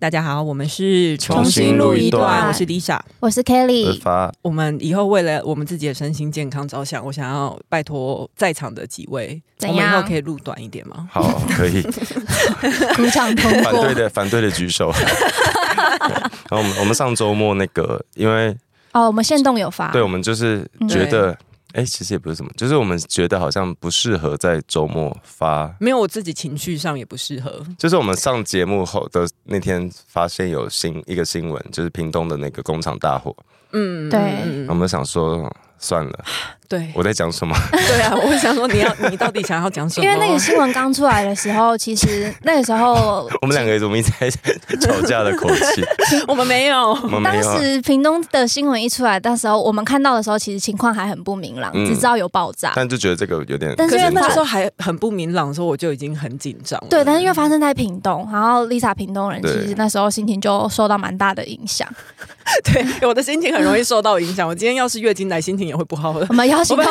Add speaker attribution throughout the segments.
Speaker 1: 大家好，我们是
Speaker 2: 重新录一段
Speaker 1: 我是 Lisa。
Speaker 3: 我是
Speaker 2: 自
Speaker 3: Kelly，
Speaker 2: 发
Speaker 1: 我们以后为了我们自己的身心健康着想，我想要拜托在场的几位，
Speaker 3: 怎
Speaker 1: 我
Speaker 3: 样
Speaker 1: 们以后可以录短一点吗？
Speaker 2: 好，可以。
Speaker 3: 鼓掌通
Speaker 2: 反
Speaker 3: 过
Speaker 2: 对的，反对的举手。 然后我们我们上周末那个，因为
Speaker 3: 哦，我们限动有发，
Speaker 2: 对我们就是觉
Speaker 3: 嗯
Speaker 2: 得，哎、其实也不是什么，就是我们觉得好像不适合在周末发。
Speaker 1: 没有，我自己情绪上也不适合。
Speaker 2: 就是我们上节目后的那天，发现有新一个新闻，就是屏东的那个工厂大火。
Speaker 1: 嗯，
Speaker 3: 对
Speaker 1: 嗯
Speaker 2: 我
Speaker 1: 嗯
Speaker 2: 们想说，算了，
Speaker 1: 对
Speaker 2: 我在讲什么？
Speaker 1: 对啊！我想说，你要 你到底想要讲什么？
Speaker 3: 因为哎那个新闻刚出来的时候，其实那个时候
Speaker 2: 我们两个怎么一直在吵架的口 气？
Speaker 1: 我们没有，
Speaker 2: 我们
Speaker 3: 当
Speaker 2: 没有啊。
Speaker 3: 时屏东的新闻一出来，那时候我们看到的时候，其实情况还很不明朗，
Speaker 2: 嗯
Speaker 3: 只知道有爆炸。
Speaker 2: 但就觉得这个有点，
Speaker 3: 但
Speaker 1: 可
Speaker 3: 是因
Speaker 1: 是
Speaker 3: 为
Speaker 1: 那
Speaker 3: 他
Speaker 1: 时候还很不明朗的时候，我就已经很紧张了。
Speaker 3: 对，但是因为发生在屏东，然后 Lisa 屏东人，其
Speaker 2: 对
Speaker 3: 实那时候心情就受到蛮大的影响。
Speaker 1: 对我的心情很容易受到影响。我今天要是月经来，心情也会不好的
Speaker 3: 我。们邀请到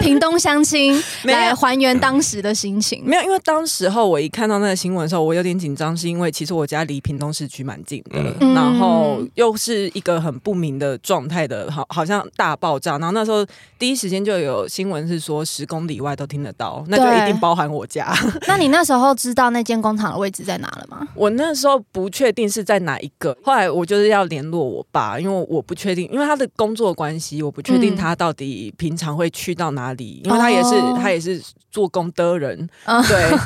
Speaker 3: 屏东乡亲
Speaker 1: 没有
Speaker 3: 来还原当时的心情。
Speaker 1: 没有，因为当时候我一看到那个新闻的时候，我有点紧张，是因为其实我家离屏东市区蛮近的，
Speaker 3: 嗯
Speaker 1: 然后又是一个很不明的状态的，好好像大爆炸。然后那时候第一时间就有新闻是说十公里以外都听得到，那就
Speaker 3: 对
Speaker 1: 一定包含我家。
Speaker 3: 那你那时候知道那间工厂的位置在哪了吗？
Speaker 1: 我那时候不确定是在哪一个，后来我就是要联络我爸，因为我不确定，因为他的工作关系，我不确定
Speaker 3: 嗯
Speaker 1: 他到底平常会去到哪里，因为他也是、
Speaker 3: 哦
Speaker 1: 他也是做工的人，
Speaker 3: 嗯
Speaker 1: 对，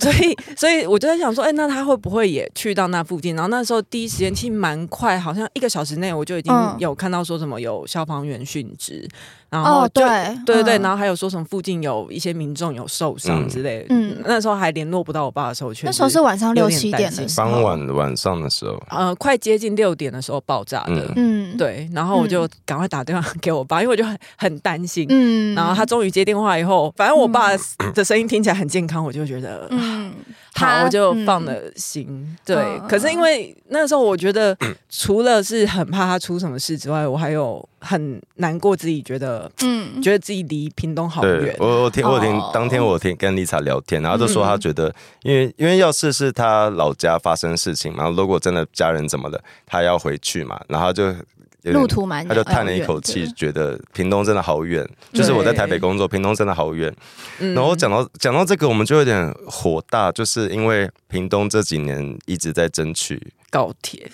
Speaker 1: 所以所以我就在想说，哎、那他会不会也去到那附近？然后那时候第一时间其实蛮快，好像一个小时内我就已经
Speaker 3: 嗯
Speaker 1: 有看到说什么有消防员殉职，然后
Speaker 3: 哦，
Speaker 1: 就
Speaker 3: 对，
Speaker 1: 对对对，
Speaker 3: 嗯
Speaker 1: 然后还有说什么附近有一些民众有受伤
Speaker 2: 嗯
Speaker 1: 之类的，嗯
Speaker 3: 嗯，
Speaker 1: 那时候还联络不到我爸的时候，确实
Speaker 3: 那时候是晚上
Speaker 1: 有
Speaker 3: 六
Speaker 1: 点
Speaker 3: 七
Speaker 1: 担
Speaker 3: 点
Speaker 1: 心
Speaker 3: 的时候，
Speaker 2: 傍晚晚上的时候，
Speaker 1: 呃，快接近六点的时候爆炸的，
Speaker 3: 嗯，，
Speaker 1: 对，然后我就赶快打电话 给我爸，因为我就很很担心。
Speaker 3: 嗯
Speaker 1: 然后他终于接电话以后，反正我爸的声音听起来很健康，我就觉得、
Speaker 3: 嗯，
Speaker 1: 好，
Speaker 3: 他
Speaker 1: 我就放了心。对，
Speaker 3: 嗯
Speaker 1: 可是因为那时候我觉得，
Speaker 2: 嗯
Speaker 1: 除了是很怕他出什么事之外，我还有很难过自己，觉得
Speaker 3: 嗯，
Speaker 1: 觉得自己离屏东好
Speaker 2: 对
Speaker 1: 远，。啊
Speaker 2: 我我听我听
Speaker 3: 哦，
Speaker 2: 当天我听跟丽莎聊天，然后就说她觉得，因为因为要是是她老家发生事情嘛，如果真的家人怎么了，她要回去嘛，然后她就有
Speaker 3: 路
Speaker 2: 点，
Speaker 3: 途蛮遥呃远
Speaker 2: 她就
Speaker 3: 的，
Speaker 2: 叹了一口气，觉得屏东真的好远，就是
Speaker 1: 对
Speaker 2: 我在台北工作，屏东真的好远。
Speaker 1: 嗯
Speaker 2: 然后讲到讲到这个，我们就有点火大，就是因为屏东这几年一直在争取，
Speaker 1: 高铁，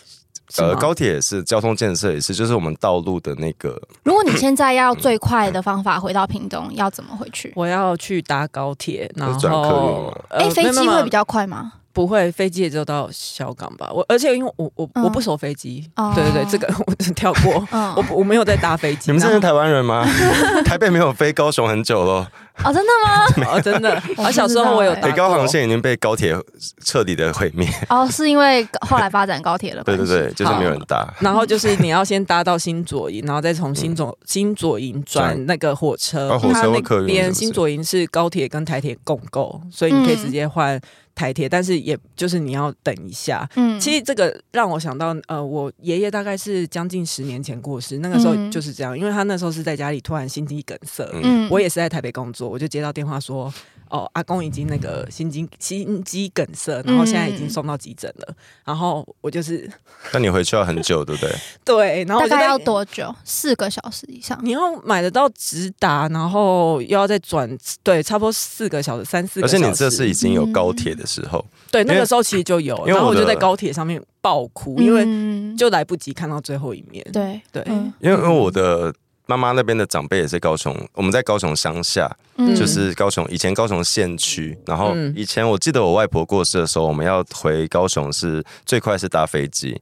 Speaker 1: 是
Speaker 2: 呃，
Speaker 1: 吗
Speaker 2: 高铁也是，交通建设也是，就是我们道路的那个
Speaker 3: 如果你现在要最快的方法回到屏东，要怎么回去？
Speaker 1: 我要去搭高铁，然
Speaker 2: 转客运
Speaker 1: 后
Speaker 2: 吗
Speaker 1: 呃
Speaker 3: 哎，飞
Speaker 1: 没有
Speaker 3: 机
Speaker 1: 没有
Speaker 3: 会比较快吗？
Speaker 1: 不会，飞机也只有到小港吧。我而且因为我我、
Speaker 3: 嗯
Speaker 1: 我不熟飞机，
Speaker 3: 哦
Speaker 1: 对对对，这个 我只跳过，
Speaker 3: 嗯，
Speaker 1: 我不我没有在搭飞机。
Speaker 2: 你们这是
Speaker 1: 然
Speaker 2: 台湾人吗？台北没有飞高雄很久了，
Speaker 3: 哦，真的吗？
Speaker 1: 后哦，真的，
Speaker 3: 我
Speaker 1: 我
Speaker 3: 不
Speaker 1: 小时候我有搭
Speaker 3: 知道欸
Speaker 2: 北
Speaker 1: 过
Speaker 2: 哎高航线已经被高铁彻底的毁 灭。
Speaker 3: 哦，是因为后来发展高铁了
Speaker 2: 对
Speaker 3: 关系，
Speaker 2: 对对，就是没有人搭。
Speaker 1: 然后就是你要先搭到新左营，然后再从新左新左营转
Speaker 2: 嗯转
Speaker 1: 那个火车，
Speaker 2: 啊火车
Speaker 1: 它那
Speaker 2: 或客运是
Speaker 1: 边
Speaker 2: 不是
Speaker 1: 新左营是高铁跟台铁共构，所以你可以
Speaker 3: 嗯
Speaker 1: 直接换台铁，但是也就是你要等一下。
Speaker 3: 嗯
Speaker 1: 其实这个让我想到，呃，我爷爷大概是将近十年前过世，那个时候
Speaker 3: 嗯
Speaker 1: 就是这样，因为他那时候是在家里突然心肌梗塞，
Speaker 2: 嗯
Speaker 3: 嗯
Speaker 1: 我也是在台北工作，我就接到电话说，哦，阿公已经那个心肌心肌梗塞，然后现在已经送到急诊了。
Speaker 3: 嗯
Speaker 1: 然后我就是
Speaker 2: 那你回去要很久，对不对？
Speaker 1: 对，然后
Speaker 3: 大
Speaker 1: 我就
Speaker 3: 概
Speaker 1: 在嗯
Speaker 3: 要多久？四个小时以上。
Speaker 1: 你要买得到直达，然后又要再转，对，差不多四个小时，三四个
Speaker 2: 而
Speaker 1: 小
Speaker 2: 且
Speaker 1: 时。嗯
Speaker 2: 你这是已经有高铁的时候，
Speaker 1: 对
Speaker 2: 因为
Speaker 1: 那个时候其实就有，
Speaker 2: 因为
Speaker 1: 然后我
Speaker 2: 我的
Speaker 1: 就在高铁上面爆哭，因为哎
Speaker 3: 嗯
Speaker 1: 就来不及看到最后一面。
Speaker 3: 对
Speaker 1: 对
Speaker 3: 嗯
Speaker 2: 因为因为我的妈妈那边的长辈也是高雄，我们在高雄乡下，
Speaker 3: 嗯
Speaker 2: 就是高雄以前高雄县区，然后
Speaker 1: 嗯
Speaker 2: 以前我记得我外婆过世的时候，我们要回高雄是最快是搭飞机，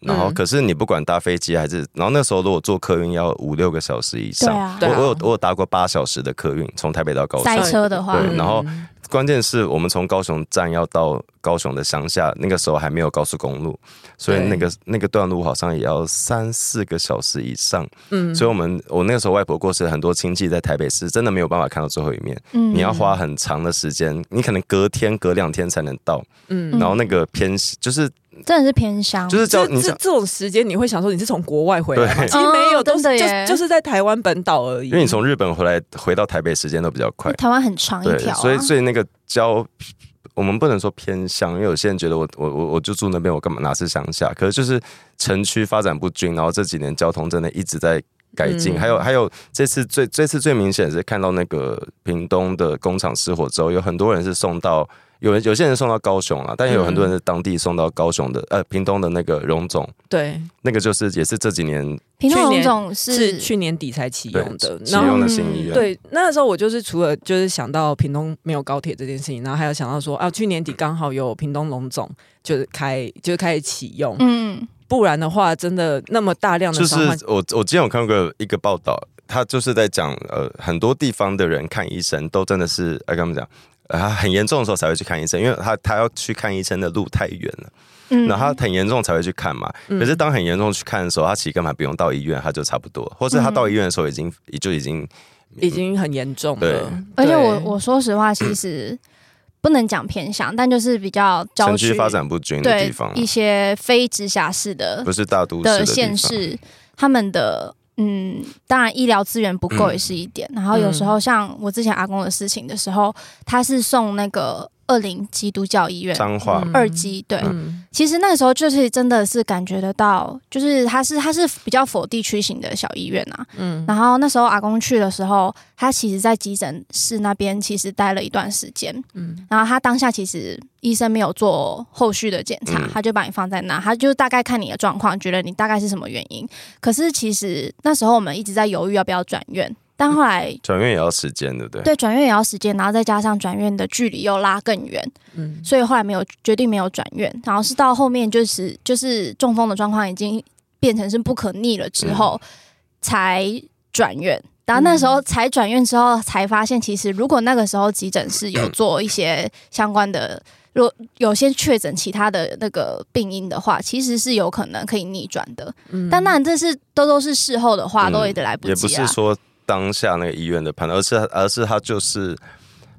Speaker 2: 然后
Speaker 1: 嗯
Speaker 2: 可是你不管搭飞机还是，然后那时候如果坐客运要五六个小时以
Speaker 3: 对
Speaker 2: 上，
Speaker 3: 啊
Speaker 1: 对
Speaker 2: 我
Speaker 1: 啊
Speaker 2: 我有我有搭过八小时的客运，从台北到高雄
Speaker 3: 塞，车的话，
Speaker 1: 嗯
Speaker 2: 对，然后关键是我们从高雄站要到高雄的乡下，那个时候还没有高速公路，所以
Speaker 1: 对
Speaker 2: 那个那个段路好像也要三四个小时以上。
Speaker 1: 嗯
Speaker 2: 所以我们我那个时候外婆过世，很多亲戚在台北市真的没有办法看到最后一面，
Speaker 3: 嗯
Speaker 2: 你要花很长的时间，你可能隔天隔两天才能到。
Speaker 1: 嗯，
Speaker 3: 嗯
Speaker 2: 然后那个偏西就是
Speaker 3: 真的是偏乡，
Speaker 2: 就是叫
Speaker 1: 这
Speaker 2: 你
Speaker 1: 这
Speaker 2: 想，
Speaker 1: 这种时间，你会想说你是从国外回来吗？
Speaker 2: 对
Speaker 1: 其实没有，
Speaker 3: 哦
Speaker 1: 都是
Speaker 3: 真的
Speaker 1: 就
Speaker 3: 耶
Speaker 1: 就是在台湾本岛而已。
Speaker 2: 因为你从日本回来回到台北时间都比较
Speaker 3: 因
Speaker 2: 快
Speaker 3: 为，台湾很长一
Speaker 2: 对，
Speaker 3: 条啊，
Speaker 2: 所以所以那个郊，我们不能说偏乡，因为有些人觉得我我我我就住那边，我干嘛哪是乡下？可是就是城区发展不均，然后这几年交通真的一直在改进，
Speaker 1: 嗯
Speaker 2: 还有还有这次最这次最明显是看到那个屏东的工厂失火之后，有很多人是送到。有人有些人送到高雄啊，但也有
Speaker 1: 嗯
Speaker 2: 很多人是当地送到高雄的，呃，屏东的那个荣总，
Speaker 1: 对，
Speaker 2: 那个就是也是这几年
Speaker 3: 屏东
Speaker 1: 去
Speaker 3: 龙
Speaker 1: 年
Speaker 3: 总
Speaker 1: 是
Speaker 3: 是
Speaker 1: 去年底才启
Speaker 2: 对
Speaker 1: 用的，
Speaker 2: 启
Speaker 1: 然后
Speaker 2: 用的新医院，
Speaker 1: 对，那时候我就是除了就是想到屏东没有高铁这件事情，然后还有想到说啊，去年底刚好有屏东龙总就是开就是开始启用，
Speaker 3: 嗯
Speaker 1: 不然的话真的那么大量的
Speaker 2: 就是
Speaker 1: 伤患，
Speaker 2: 我我之前有看过一个报道，他就是在讲呃很多地方的人看医生都真的是呃跟他们讲。呃他很严重的时候才会去看医生，因为他他要去看医生的路太远了，
Speaker 3: 嗯，
Speaker 2: 然后他很严重才会去看嘛。
Speaker 1: 嗯
Speaker 2: 可是当很严重去看的时候，他其实根本不用到医院，他就差不多，或是他到
Speaker 3: 嗯
Speaker 2: 医院的时候已经、也就已经
Speaker 1: 已经很严重
Speaker 2: 对
Speaker 1: 了。
Speaker 3: 而且我
Speaker 1: 对
Speaker 3: 我说实话，其实不能讲偏乡，但就是比较郊
Speaker 2: 城
Speaker 3: 区
Speaker 2: 区发展不均的地
Speaker 3: 对
Speaker 2: 方，啊
Speaker 3: 一些非直辖市的
Speaker 2: 不是大都市的
Speaker 3: 的
Speaker 2: 地方
Speaker 3: 县市，他们的嗯，当然医疗资源不
Speaker 2: 嗯
Speaker 3: 够也是一点。然后有时候像我之前阿公的事情的时候，他是送那个二林基督教医院
Speaker 2: 彰化，
Speaker 1: 嗯
Speaker 3: 二基，对，
Speaker 1: 嗯，
Speaker 3: 其实那时候就是真的是感觉得到，就是它是它是比较否地区型的小医院啊。
Speaker 1: 嗯
Speaker 3: 嗯，然后那时候阿公去的时候，他其实在急诊室那边其实待了一段时间。
Speaker 1: 嗯
Speaker 3: 嗯，然后他当下其实医生没有做后续的检查，
Speaker 2: 嗯
Speaker 3: 他就把你放在那，他就大概看你的状况，觉得你大概是什么原因。可是其实那时候我们一直在犹豫要不要转院，但后来。
Speaker 2: 转院也要时间，对不对？
Speaker 3: 对，转院也要时间，然后再加上转院的距离又拉更远，
Speaker 1: 嗯，
Speaker 3: 所以后来没有决定没有转院，然后是到后面就是就是中风的状况已经变成是不可逆了之后、
Speaker 2: 嗯
Speaker 3: 才转院。然后那时候才转院之后，才发现其实如果那个时候急诊室有做一些相关的，如果有些确诊其他的那个病因的话，其实是有可能可以逆转的。
Speaker 1: 嗯
Speaker 3: 但当然这是都都是事后的话，
Speaker 2: 嗯
Speaker 3: 都也得来不
Speaker 2: 也不
Speaker 3: 及
Speaker 2: 是
Speaker 3: 啊。
Speaker 2: 说当下那个医院的判断，而是而是它就是